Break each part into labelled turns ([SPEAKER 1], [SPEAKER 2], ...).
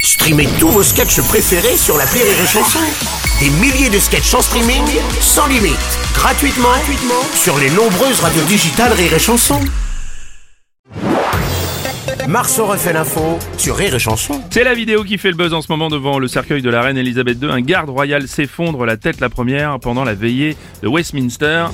[SPEAKER 1] Streamez tous vos sketchs préférés sur la Rire et Chanson. Des milliers de sketchs en streaming, sans limite, gratuitement, gratuitement sur les nombreuses radios digitales Rire et Chanson. Marceau refait l'info sur Rire et Chanson.
[SPEAKER 2] C'est la vidéo qui fait le buzz en ce moment devant le cercueil de la reine Elisabeth II. Un garde royal s'effondre la tête la première pendant la veillée de Westminster.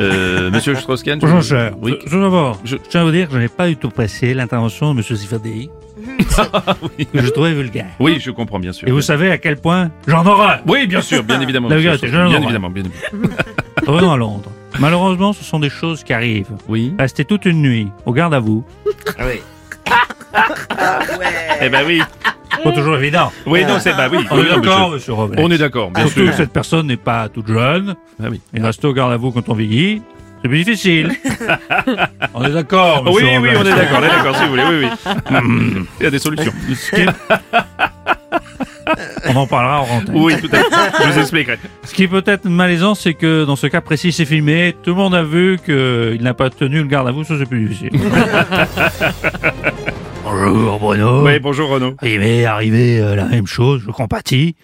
[SPEAKER 2] Euh, monsieur Strauss-Kahn, je-
[SPEAKER 3] Bonjour, cher.
[SPEAKER 2] Oui.
[SPEAKER 3] Tout d'abord,
[SPEAKER 2] Je-
[SPEAKER 3] je tiens à vous dire que je n'ai pas du tout apprécié l'intervention de M. Sifadi, que je trouvais vulgaire.
[SPEAKER 2] Oui, je comprends bien sûr.
[SPEAKER 3] Et vous savez à quel point j'en horreur
[SPEAKER 2] Oui, bien sûr, bien évidemment.
[SPEAKER 3] La
[SPEAKER 2] monsieur
[SPEAKER 3] vérité,
[SPEAKER 2] Strauss-Kahn.
[SPEAKER 3] je
[SPEAKER 2] bien
[SPEAKER 3] l'aurai.
[SPEAKER 2] évidemment, bien évidemment.
[SPEAKER 3] Revenons à Londres. Malheureusement, ce sont des choses qui arrivent.
[SPEAKER 2] Oui.
[SPEAKER 3] Restez toute une nuit, au garde à vous.
[SPEAKER 2] Eh ben oui.
[SPEAKER 3] Pas toujours évident.
[SPEAKER 2] Oui, non, c'est bah oui.
[SPEAKER 3] On
[SPEAKER 2] oui,
[SPEAKER 3] est
[SPEAKER 2] non,
[SPEAKER 3] d'accord,
[SPEAKER 2] monsieur.
[SPEAKER 3] monsieur Robles.
[SPEAKER 2] On est d'accord, bien
[SPEAKER 3] Surtout
[SPEAKER 2] sûr.
[SPEAKER 3] que cette personne n'est pas toute jeune,
[SPEAKER 2] Ah oui.
[SPEAKER 3] et rester au garde à vous quand on vieillit, c'est plus difficile. on est d'accord,
[SPEAKER 2] Oui,
[SPEAKER 3] monsieur
[SPEAKER 2] oui,
[SPEAKER 3] Robles.
[SPEAKER 2] on est d'accord, on est d'accord, si vous voulez, oui, oui. Mm. Il y a des solutions.
[SPEAKER 3] Ce qui est- On en parlera en rentrée.
[SPEAKER 2] Oui, tout à fait. Je vous expliquerai.
[SPEAKER 3] Ce qui peut être malaisant, c'est que dans ce cas précis, c'est filmé. Tout le monde a vu qu'il n'a pas tenu le garde à vous, ça c'est plus difficile. Bonjour Bruno.
[SPEAKER 2] Oui, bonjour Renaud.
[SPEAKER 3] Il m'est arrivé euh, la même chose, je compatis.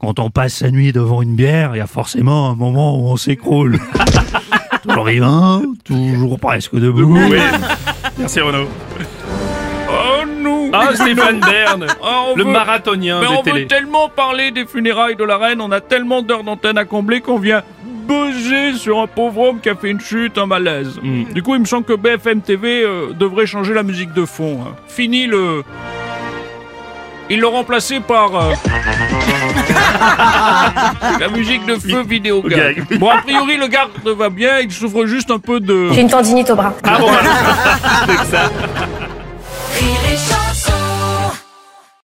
[SPEAKER 3] Quand on passe sa nuit devant une bière, il y a forcément un moment où on s'écroule. toujours vivant, toujours presque debout.
[SPEAKER 2] Oui. Merci Renaud.
[SPEAKER 4] Oh nous
[SPEAKER 2] Ah, Stéphane Bern,
[SPEAKER 4] Ah, on
[SPEAKER 2] le
[SPEAKER 4] veut-
[SPEAKER 2] marathonien
[SPEAKER 4] Mais
[SPEAKER 2] des
[SPEAKER 4] on
[SPEAKER 2] télés.
[SPEAKER 4] veut tellement parler des funérailles de la reine, on a tellement d'heures d'antenne à combler qu'on vient buzzer sur un pauvre homme qui a fait une chute, un malaise.
[SPEAKER 2] Mm.
[SPEAKER 4] Du coup, il me semble que BFM TV euh, devrait changer la musique de fond. hein. Fini le... Ils l'ont remplacé par... euh, la musique de feu vidéo
[SPEAKER 2] Gag.
[SPEAKER 4] Bon, a priori,
[SPEAKER 2] Euh,
[SPEAKER 4] le garde va bien, il souffre juste un peu de...
[SPEAKER 5] J'ai une tendinite au bras.
[SPEAKER 2] Ah bon, voilà. bah, C'est que ça.